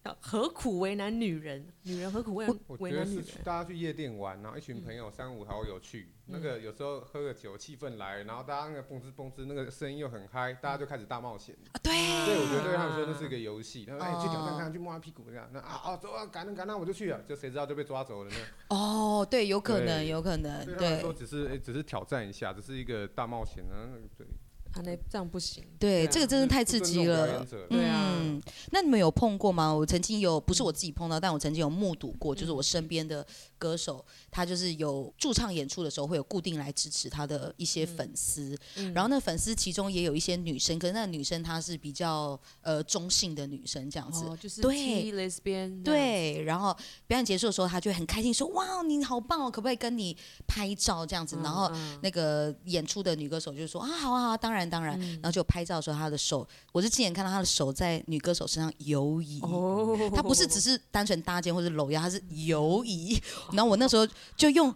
Speaker 2: 要何苦为难女人？女人何苦为
Speaker 3: 我
Speaker 2: 为
Speaker 3: 觉得
Speaker 2: 难女
Speaker 3: 是
Speaker 2: 人？
Speaker 3: 大家去夜店玩，然后一
Speaker 1: 嗯
Speaker 3: 群朋友三五好友去，那个有时候喝个酒，气氛来，然后大家那个蹦滋蹦滋，那个声音又很嗨，大家就开始大冒险。
Speaker 1: 啊对，
Speaker 3: 所以我觉得对他们说那是一个游戏，他说哎
Speaker 1: 哦
Speaker 3: 去挑战看看，去摸他屁股这样，那啊啊走啊，敢那敢那我就去了，就谁知道就被抓
Speaker 1: *laughs*
Speaker 3: 走了呢？
Speaker 1: 哦，对，有可能，
Speaker 3: 对
Speaker 1: 有可能，
Speaker 3: 对他们
Speaker 1: 对
Speaker 3: 说，只是哎只是挑战一下，只是一个大冒险啊，那个对，
Speaker 2: 啊，那这样不行。
Speaker 1: 对，
Speaker 2: 啊
Speaker 1: 这个真的太刺
Speaker 3: 不尊
Speaker 1: 激
Speaker 3: 重表
Speaker 1: 了
Speaker 3: 演。者
Speaker 2: 对啊
Speaker 1: 嗯，那你们有碰过吗？我曾经有，不是我自己碰到，但我曾经有目睹过，就是
Speaker 2: 嗯
Speaker 1: 我身边的歌手，他就是有驻唱演出的时候，会有固定来支持他的一些粉丝。
Speaker 2: 嗯
Speaker 1: 然后那粉丝其中也有一些女生，可是那女生她是比较呃中性的女生这样子。
Speaker 2: 哦，就是
Speaker 1: 对
Speaker 2: T lesbian 这样，
Speaker 1: 对，然后表演结束的时候，她就会很开心说：“哇，你好棒哦，可不可以跟你拍照这样子？”然后
Speaker 2: 嗯
Speaker 1: 那个演出的女歌手就说啊，好啊，好啊，当然当然。
Speaker 2: 嗯
Speaker 1: 然后就拍照的时候，她的手，我是亲眼看到她的手在女歌手身上游移。
Speaker 2: 哦，
Speaker 1: 她不是只是单纯搭肩或者搂腰，她是游移。然后我那时候就用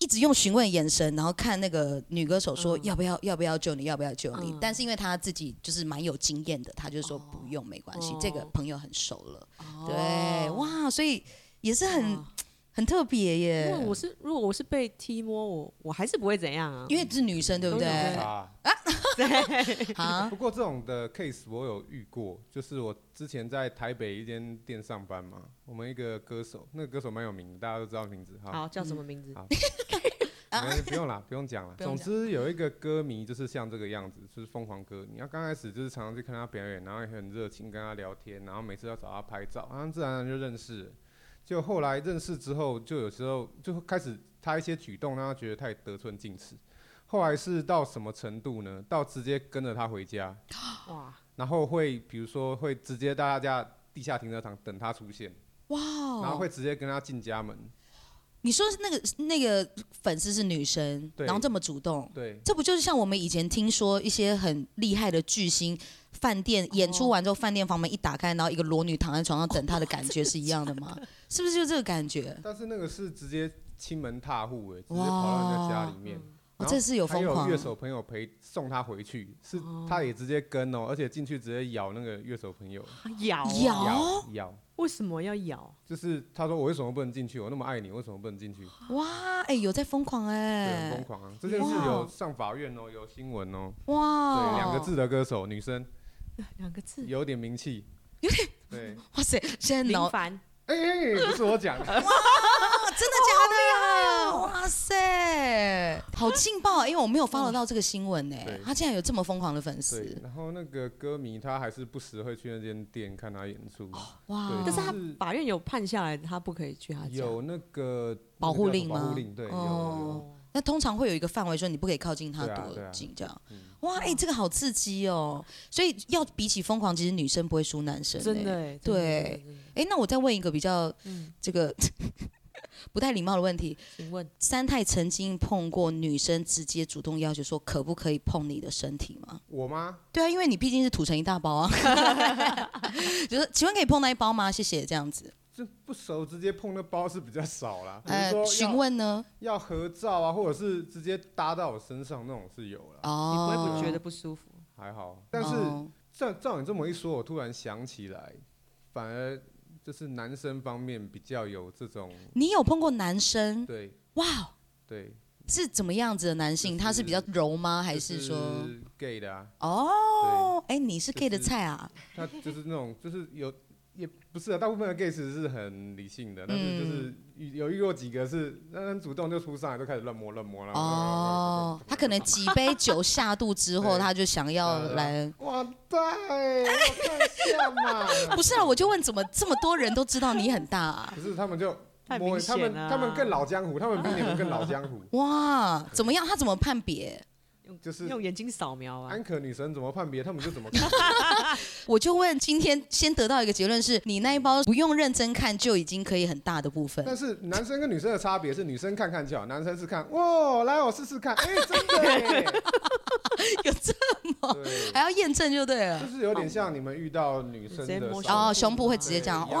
Speaker 1: 一直用询问眼神，然后看那个女歌手说、
Speaker 2: 嗯
Speaker 1: 要不要要不要救你，要不要救你。
Speaker 2: 嗯
Speaker 1: 但是因为她自己就是蛮有经验的，她就说不用，没关系，这个
Speaker 2: 哦
Speaker 1: 朋友很熟了。
Speaker 2: 哦
Speaker 1: 对，哇，所以也是很、
Speaker 2: 哇
Speaker 1: 很特别
Speaker 2: 如果
Speaker 1: 耶。
Speaker 2: 我是如果我是被踢摸，我我还是不会怎样啊， *laughs*
Speaker 1: 因为是女生，对不
Speaker 2: 都
Speaker 1: 对？
Speaker 2: 有
Speaker 3: 有
Speaker 2: 差
Speaker 1: 啊
Speaker 3: 啊。
Speaker 1: 啊，
Speaker 3: 不过这种的 case 我有遇过，就是我之前在台北一间店上班嘛，我们一个歌手，那个歌手蛮有名的，大家都知道名字哈。
Speaker 2: 好叫什么
Speaker 1: 嗯
Speaker 2: 名字
Speaker 3: 好？没不用啦，不用讲了。
Speaker 2: 啊 *laughs* 不用
Speaker 3: 总
Speaker 2: 讲
Speaker 3: 之有一个歌迷就是像这个样子，就是疯狂歌迷。你要刚开始就是常常去看他表演，然后也很热情跟他聊天，然后每次要找他拍照，然后自然而然就认识了。就后来认识之后，就有时候就开始他一些举动让他觉得太得寸进尺。后来是到什么程度呢？到直接跟着他回
Speaker 2: *gasps*
Speaker 3: 家，
Speaker 2: 哇，
Speaker 3: 然后会比如说会直接到他家地下停车场等他出现，
Speaker 1: 哇
Speaker 3: 然
Speaker 1: 哦！
Speaker 3: 后会直接跟他进家门。
Speaker 1: 你说是那个那个粉丝是女生，
Speaker 3: 对
Speaker 1: 然后这么主动，
Speaker 3: 对，
Speaker 1: 这不就是像我们以前听说一些很厉害的巨星，饭店演出完之后，饭店房门一打开，然后一个裸女躺在床上等他的感觉是一样的
Speaker 3: *laughs*
Speaker 1: 吗？是不是就这个感觉？
Speaker 3: 但是那个是直接亲门踏户哎、直接跑到人家家
Speaker 2: 嗯
Speaker 3: 里面。
Speaker 1: 哦
Speaker 3: 然，后
Speaker 1: 这是有
Speaker 3: 还
Speaker 1: 疯
Speaker 3: 有
Speaker 1: 狂
Speaker 3: 乐手朋友陪送他回去，是
Speaker 2: 哦
Speaker 3: 他也直接跟哦，而且进去直接咬那个乐手朋友，
Speaker 2: 咬啊
Speaker 1: 咬哦
Speaker 3: 咬咬，
Speaker 2: 为什么要咬？
Speaker 3: 就是他说我为什么不能进去？我那么爱你，为什么不能进去？
Speaker 1: 哇！哎，有在疯狂
Speaker 3: 对，很疯
Speaker 1: 哎，
Speaker 3: 狂啊！这件事
Speaker 1: 哇
Speaker 3: 有上法院哦，有新闻哦。
Speaker 1: 哇！
Speaker 3: 对，两个，字的歌手，女生
Speaker 2: 两个字，
Speaker 3: 有点名气，有点对。
Speaker 1: 哇塞！现在
Speaker 2: 林
Speaker 1: 脑
Speaker 2: 凡，
Speaker 3: 哎、哎不是我讲
Speaker 1: *laughs*
Speaker 3: 的，
Speaker 1: 啊真的
Speaker 3: 哦
Speaker 1: 假的呀？哇塞，好劲爆啊！因为我没有 follow 到这个新闻呢、
Speaker 3: 对
Speaker 1: 他竟然有这么疯狂的粉
Speaker 3: 对
Speaker 1: 丝。，
Speaker 3: 然后那个歌迷他还是不时会去那间店看他演出，
Speaker 1: 哇！
Speaker 3: 对
Speaker 2: 但是
Speaker 3: 他
Speaker 2: 他法院有判下来，他不可以去他家。
Speaker 3: 有那个
Speaker 1: 保护令
Speaker 3: 那个叫什么保
Speaker 1: 吗
Speaker 3: 护令对，有有有
Speaker 1: 哦，那通常会有一个范围说你不可以靠近他
Speaker 3: 对啊
Speaker 1: 多
Speaker 3: 对啊
Speaker 1: 近这样
Speaker 3: 嗯。
Speaker 1: 哇，哎，这个好刺激哦！所以要比起疯狂，其实女生不会输男生、
Speaker 2: 真的。哎，真的
Speaker 1: 对，
Speaker 2: 真的真的
Speaker 1: 哎，那我再问一个比较
Speaker 2: 嗯，
Speaker 1: 这个 *laughs* 不太礼貌的问题：
Speaker 2: 请问
Speaker 1: 三太曾经碰过女生直接主动要求说可不可以碰你的身体吗？
Speaker 3: 我吗？
Speaker 1: 对啊，因为你毕竟是土成一大包啊， *laughs* 就是请问可以碰那一包吗？谢谢，这样子。
Speaker 3: 这不熟直接碰那包是比较少啦。比如
Speaker 1: 呃，
Speaker 3: 说
Speaker 1: 询
Speaker 3: 要
Speaker 1: 问呢？
Speaker 3: 要合照啊，或者是直接搭到我身上那种是有啦，
Speaker 2: 你不
Speaker 1: 哦，
Speaker 2: 会不觉得不舒服？
Speaker 3: 还好。但是
Speaker 1: 哦
Speaker 3: 照照你这么一说，我突然想起来，反而就是男生方面比较有这种
Speaker 1: 你有碰过男生？
Speaker 3: 对
Speaker 1: 哇，哦
Speaker 3: 对，
Speaker 1: 是怎么样子的男性？
Speaker 3: 就是
Speaker 1: 他是比较柔吗？还是
Speaker 3: 就
Speaker 1: 说？
Speaker 3: gay 的啊？
Speaker 1: 哦，哎，你是
Speaker 3: 就
Speaker 1: gay 的
Speaker 3: 是
Speaker 1: 菜啊？
Speaker 3: *laughs* 他就是那种，就是有也不是啊，大部分的 gay 其实是很理性的，但是
Speaker 1: 嗯
Speaker 3: 就是有有遇过几个是很主动就出上来就开始乱摸乱摸，然后
Speaker 1: 哦，他可能几杯酒下肚之后，
Speaker 3: *laughs* 对
Speaker 1: 他就想要来。
Speaker 3: 哇塞，我看一下嘛，
Speaker 1: *laughs* 不是啊，我就问怎么这么多人都知道你很大啊？
Speaker 3: *laughs* 可是他们就
Speaker 2: 太
Speaker 3: 摸
Speaker 2: 明
Speaker 3: 他们
Speaker 2: 显了啊
Speaker 3: 他们更老江湖，他们比你们更老江湖，
Speaker 2: *laughs*
Speaker 1: 哇，怎么样？他怎么判别？
Speaker 3: 就是
Speaker 2: 用眼睛扫描啊
Speaker 3: 安，可女神怎么判别，他们就怎么
Speaker 2: *laughs*
Speaker 3: 看。
Speaker 1: 我就问，今天先得到一个结论是，你那一包不用认真看就已经可以很大的部分。
Speaker 3: 但是男生跟女生的差别是，女生看看就好，男生是看哇，来我试试看，哎，真
Speaker 2: *laughs*
Speaker 3: 的耶，
Speaker 1: 有这么
Speaker 3: 对
Speaker 1: 还要验证就对
Speaker 3: 就
Speaker 1: 了。
Speaker 3: 是有点像你们遇到女生
Speaker 2: 直接
Speaker 3: 的
Speaker 2: 摸胸
Speaker 1: 哦，
Speaker 3: 手
Speaker 2: 部
Speaker 1: 胸部会直接
Speaker 3: 对
Speaker 1: 这样，
Speaker 3: 一样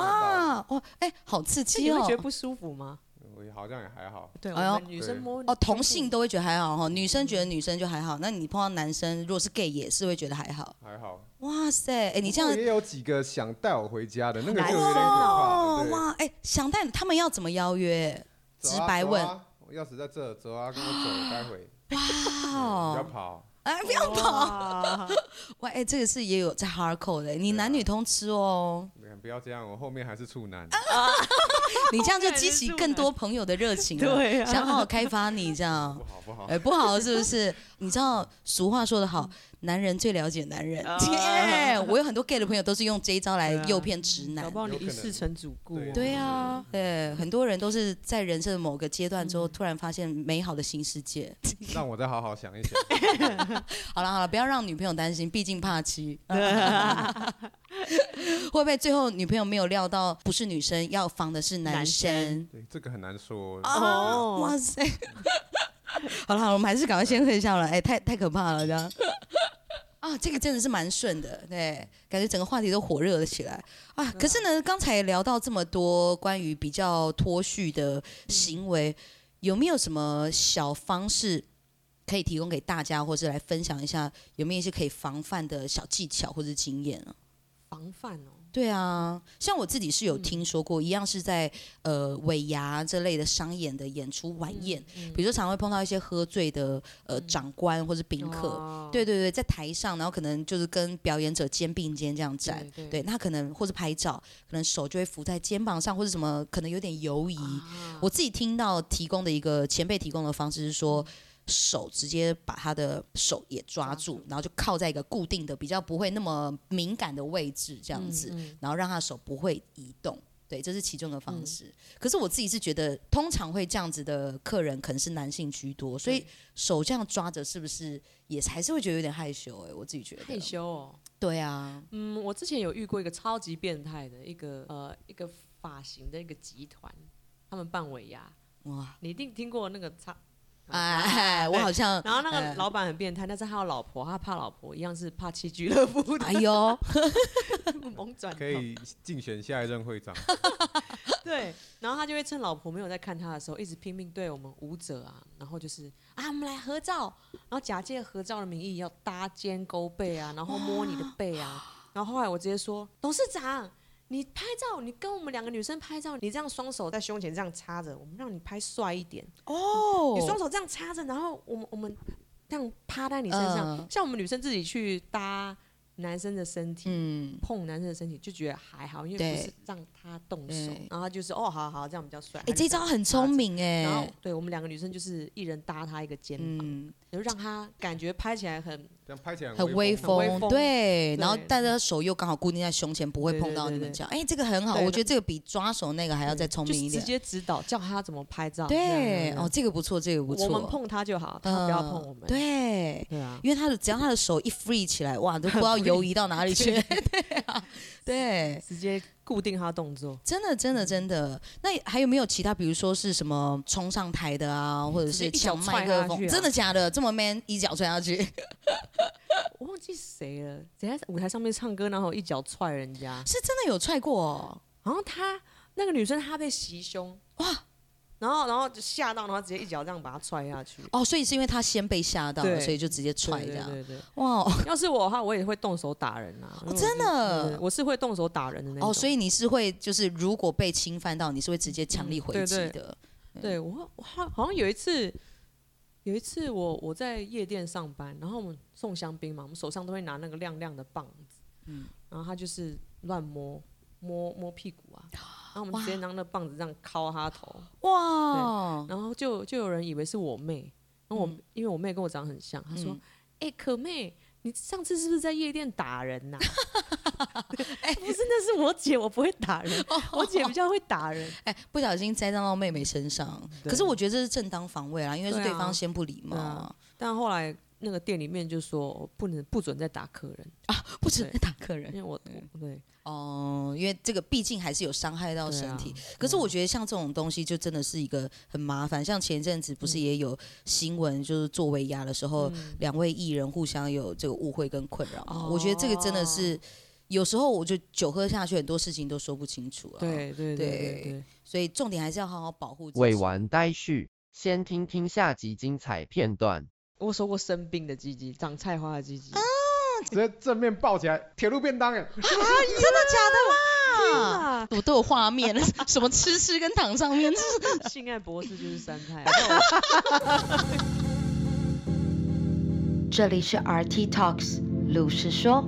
Speaker 3: 的道
Speaker 1: 哇，哇，哎，好刺
Speaker 2: 这
Speaker 1: 激
Speaker 2: 你会
Speaker 1: 哦
Speaker 2: 觉！得不舒服吗？
Speaker 3: 我好像也还好，
Speaker 2: 对，
Speaker 1: 哎呦
Speaker 2: 我们女生摸
Speaker 1: 哦，同
Speaker 3: 嗯
Speaker 1: 性都会觉得还好哈，女生觉得女生就还好，那你碰到男生，如果是 gay 也是会觉得还好。
Speaker 3: 还好。
Speaker 1: 哇塞，哎，你这样
Speaker 3: 不哦过也有几个想带我回家的，那个就
Speaker 2: 男
Speaker 3: 有
Speaker 2: 生
Speaker 3: 点可怕
Speaker 1: 哦
Speaker 3: 了。，对，
Speaker 1: 哇，哎、想带他们要怎么邀约？
Speaker 3: 走
Speaker 1: 直
Speaker 3: 啊
Speaker 1: 白
Speaker 3: 走
Speaker 1: 问
Speaker 3: 啊我钥匙在这，走啊，跟我走，待会。对啊不要
Speaker 1: 哇，
Speaker 3: 跑，
Speaker 1: 哎，不要，
Speaker 2: 要
Speaker 1: *laughs*
Speaker 2: 跑，
Speaker 1: 哇，哎、这个是也有在 hardcore 的，你
Speaker 3: 对啊
Speaker 1: 男女通吃哦，
Speaker 3: 你看不要这样，我后面还是处男。
Speaker 1: 啊你这样就激起更多朋友的热情
Speaker 3: *laughs*
Speaker 1: 了，
Speaker 2: 对啊
Speaker 1: 想好好开发你这样
Speaker 3: 不。好不好
Speaker 1: 哎、，不好是不是？你知道俗话说得好，男人最了解男人。 *laughs*
Speaker 2: 啊
Speaker 1: 哎，我有很多 gay 的朋友都是用这一招来
Speaker 2: 对啊
Speaker 1: 诱骗直男
Speaker 2: 搞。不好你
Speaker 3: 有可
Speaker 2: 一
Speaker 3: 能
Speaker 2: 世成主顾哦，
Speaker 1: 对啊，嗯对，很多人都是在人生的某个阶段之后，突然发现美好的新世界。 *laughs*
Speaker 3: 让我再好好想一想。
Speaker 1: 好了好了，不要让女朋友担心，毕竟怕 *laughs* 妻。会不会最后女朋友没有料到不是女生，要防的是男
Speaker 2: 男
Speaker 1: 生？
Speaker 3: 对，这个很难说。
Speaker 1: 哦，
Speaker 2: 哦
Speaker 1: 哇塞！ *laughs* 好了好了，我们还是赶快先退下了，哎、太太可怕了这样。 *laughs* 啊，这个真的是蛮顺的，对，感觉整个话题都火热了起来啊。可是呢，刚才聊到这么多关于比较脱序的行为，有没有什么小方式可以提供给大家，或是来分享一下有没有一些可以防范的小技巧或是经验啊？
Speaker 2: 防范哦。
Speaker 1: 对啊，像我自己是有听说过，一样是在呃尾牙这类的商演的演出晚宴，
Speaker 2: 嗯
Speaker 1: 比如说常会碰到一些喝醉的呃长官或是宾客，
Speaker 2: 哦
Speaker 1: 对对对，在台上，然后可能就是跟表演者肩并肩这样站。
Speaker 2: 对
Speaker 1: 对，那可能或是拍照，可能手就会扶在肩膀上，或者什么，可能有点游移。
Speaker 2: 啊
Speaker 1: 我自己听到提供的一个前辈提供的方式是说，手直接把他的手也抓
Speaker 2: 嗯抓
Speaker 1: 住
Speaker 2: 住，
Speaker 1: 然后就靠在一个固定的、比较不会那么敏感的位置，这
Speaker 2: 嗯
Speaker 1: 样子，然后让他的手不会移动。对，这是其中的
Speaker 2: 嗯
Speaker 1: 方式。可是我自己是觉得，通常会这样子的客人可能是男性居多，所以
Speaker 2: 对
Speaker 1: 手这样抓着是不是也还是会觉得有点害羞、欸？哎，我自己觉得
Speaker 2: 害。羞哦。
Speaker 1: 对啊，
Speaker 2: 嗯，我之前有遇过一个超级变态的一个呃一个发型的一个集团，他们办尾牙，
Speaker 1: 哇，
Speaker 2: 你一定听过那个差。嗯 *laughs*
Speaker 1: 哎，我好像
Speaker 2: 然后那
Speaker 1: 哎
Speaker 2: 个老板很变态，但是他有老婆，他怕老婆一样是怕去俱乐部的 *laughs*
Speaker 1: 哎呦，
Speaker 2: 猛转头
Speaker 3: 可以竞选下一任会长，
Speaker 2: 对，然后他就会趁老婆没有在看他的时候，一直拼命对我们舞者啊，然后就是啊，我们来合照，然后假借合照的名义要搭肩勾背啊，然后摸你的背啊，然后后来我直接说，董事长，你拍照，你跟我们两个女生拍照，你这样双手在胸前这样插着，我们让你拍帅一点，
Speaker 1: 哦
Speaker 2: 你双手这样插着，然后我们我们这样趴在你身上，
Speaker 1: 嗯
Speaker 2: 像我们女生自己去搭男生的身体，
Speaker 1: 嗯，
Speaker 2: 碰男生的身体就觉得还好，因为
Speaker 1: 对
Speaker 2: 不是让他动手
Speaker 1: 对，
Speaker 2: 然后他就是哦，好好这样比较帅。
Speaker 1: 哎，这招很聪。明
Speaker 2: 然后
Speaker 1: 哎，，
Speaker 2: 对我们两个女生就是一人搭他一个肩膀，
Speaker 1: 嗯，
Speaker 2: 就让他感觉拍起来很
Speaker 3: 这样拍起来
Speaker 1: 很威风
Speaker 2: 风很威，风
Speaker 1: 对，
Speaker 2: 对
Speaker 1: 然后但是他手又刚好固定在胸前，不会碰到你们这样，哎，这个很好，
Speaker 2: 对
Speaker 1: 我觉得这个比抓手那个还要再
Speaker 2: 对
Speaker 1: 聪明一
Speaker 2: 就
Speaker 1: 点
Speaker 2: 是直，接指导叫他怎么拍照。
Speaker 1: 对，哦，
Speaker 2: 哦，
Speaker 1: 这个不错，这个不错，
Speaker 2: 我们碰他就好，他不要碰我们。
Speaker 1: 嗯对。
Speaker 2: 对啊，
Speaker 1: 因为他的只要他的手一 free 起来，
Speaker 2: *laughs*
Speaker 1: 哇，都不知道游移到哪里去。对啊， *laughs* 对，
Speaker 2: 直接固定他动作。
Speaker 1: 真的，真的，真的。那还有没有其他，比如说是什么冲上台的啊，或者
Speaker 2: 直接
Speaker 1: 是
Speaker 2: 嗯一脚
Speaker 1: 抢麦
Speaker 2: 踹
Speaker 1: 克
Speaker 2: 下
Speaker 1: 风？
Speaker 2: 去啊
Speaker 1: 真的假的？这么 man，一脚踹下去，
Speaker 2: 我忘记谁了，谁在舞台上面唱歌，然后一脚踹人家。
Speaker 1: 是真的有踹过哦。
Speaker 2: 然后她那个女生她被袭胸，
Speaker 1: 哇！
Speaker 2: 然后然后就吓到，然后直接一脚这样把她踹下去。
Speaker 1: 哦，所以是因为他先被吓到了，
Speaker 2: 对
Speaker 1: 所以就直接踹
Speaker 2: 对
Speaker 1: 这样。
Speaker 2: 对对
Speaker 1: 哇，
Speaker 2: 要是我的话，我也会动手打人啊！如
Speaker 1: 哦
Speaker 2: 果
Speaker 1: 真
Speaker 2: 嗯
Speaker 1: 的。
Speaker 2: 我是会动手打人的那种。
Speaker 1: 哦，所
Speaker 2: 以
Speaker 1: 以你是会就是如果被侵犯到，你是会直接强力回
Speaker 2: 嗯对
Speaker 1: 击
Speaker 2: 对
Speaker 1: 的。
Speaker 2: 对我我好好像有一次，有一次我我在夜店上班，然后我们送香槟嘛，我们手上都会拿那个亮亮的棒子，
Speaker 1: 嗯
Speaker 2: 然后他就是乱摸摸摸屁股啊，然后我们直接拿那棒子这样敲他头，
Speaker 1: 哇，
Speaker 2: 然后就就有人以为是我妹，然后
Speaker 1: 嗯
Speaker 2: 我、因为我妹跟我长得很像，她说：“哎、可妹，你上次是不是在夜店打人呐、哎， *laughs* 不是，那是我姐，我不会打人，
Speaker 1: 哦
Speaker 2: 我姐比较会打
Speaker 1: *laughs*
Speaker 2: 人。
Speaker 1: 哎、不小心栽赃到妹妹身上，
Speaker 2: 对
Speaker 1: 可是我觉得这是正当防卫啦，因为是
Speaker 2: 对
Speaker 1: 对
Speaker 2: 啊
Speaker 1: 方先不礼貌
Speaker 2: 对
Speaker 1: 啊
Speaker 2: 啊，但后来那个店里面就说哦不能不准再打客人，
Speaker 1: 不准打客人
Speaker 2: 因为我
Speaker 1: 嗯
Speaker 2: 我对
Speaker 1: 哦、因为这个毕竟还是有伤害到
Speaker 2: 对
Speaker 1: 身
Speaker 2: 啊
Speaker 1: 体。
Speaker 2: 对
Speaker 1: 可是我
Speaker 2: 啊
Speaker 1: 觉得像这种东西，就真的是一个很麻烦。像前阵子不
Speaker 2: 嗯
Speaker 1: 是也有新闻，就是做尾牙的时候，两位艺人互相有这个误会跟困扰嘛、
Speaker 2: 哦
Speaker 1: 我觉得这个真的是，有时候我就酒喝下去，很多事情都说不清楚了。，啊
Speaker 2: 对对对对对，
Speaker 1: 所以重点还是要好好保护自己。
Speaker 5: 未完待续，先听听下集精彩片段。
Speaker 2: 我说过生病的鸡鸡，长菜花的鸡鸡，
Speaker 3: 直接正面抱起来，铁路便当哎，
Speaker 1: 啊真的假的啦？*laughs*
Speaker 2: *laughs* 啊，
Speaker 1: 我都有画面了，什么吃吃跟躺上面，这是
Speaker 2: *laughs* 性爱博士就是三
Speaker 1: *laughs*
Speaker 2: 菜。
Speaker 4: 这里是 RT Talks，鲁是说。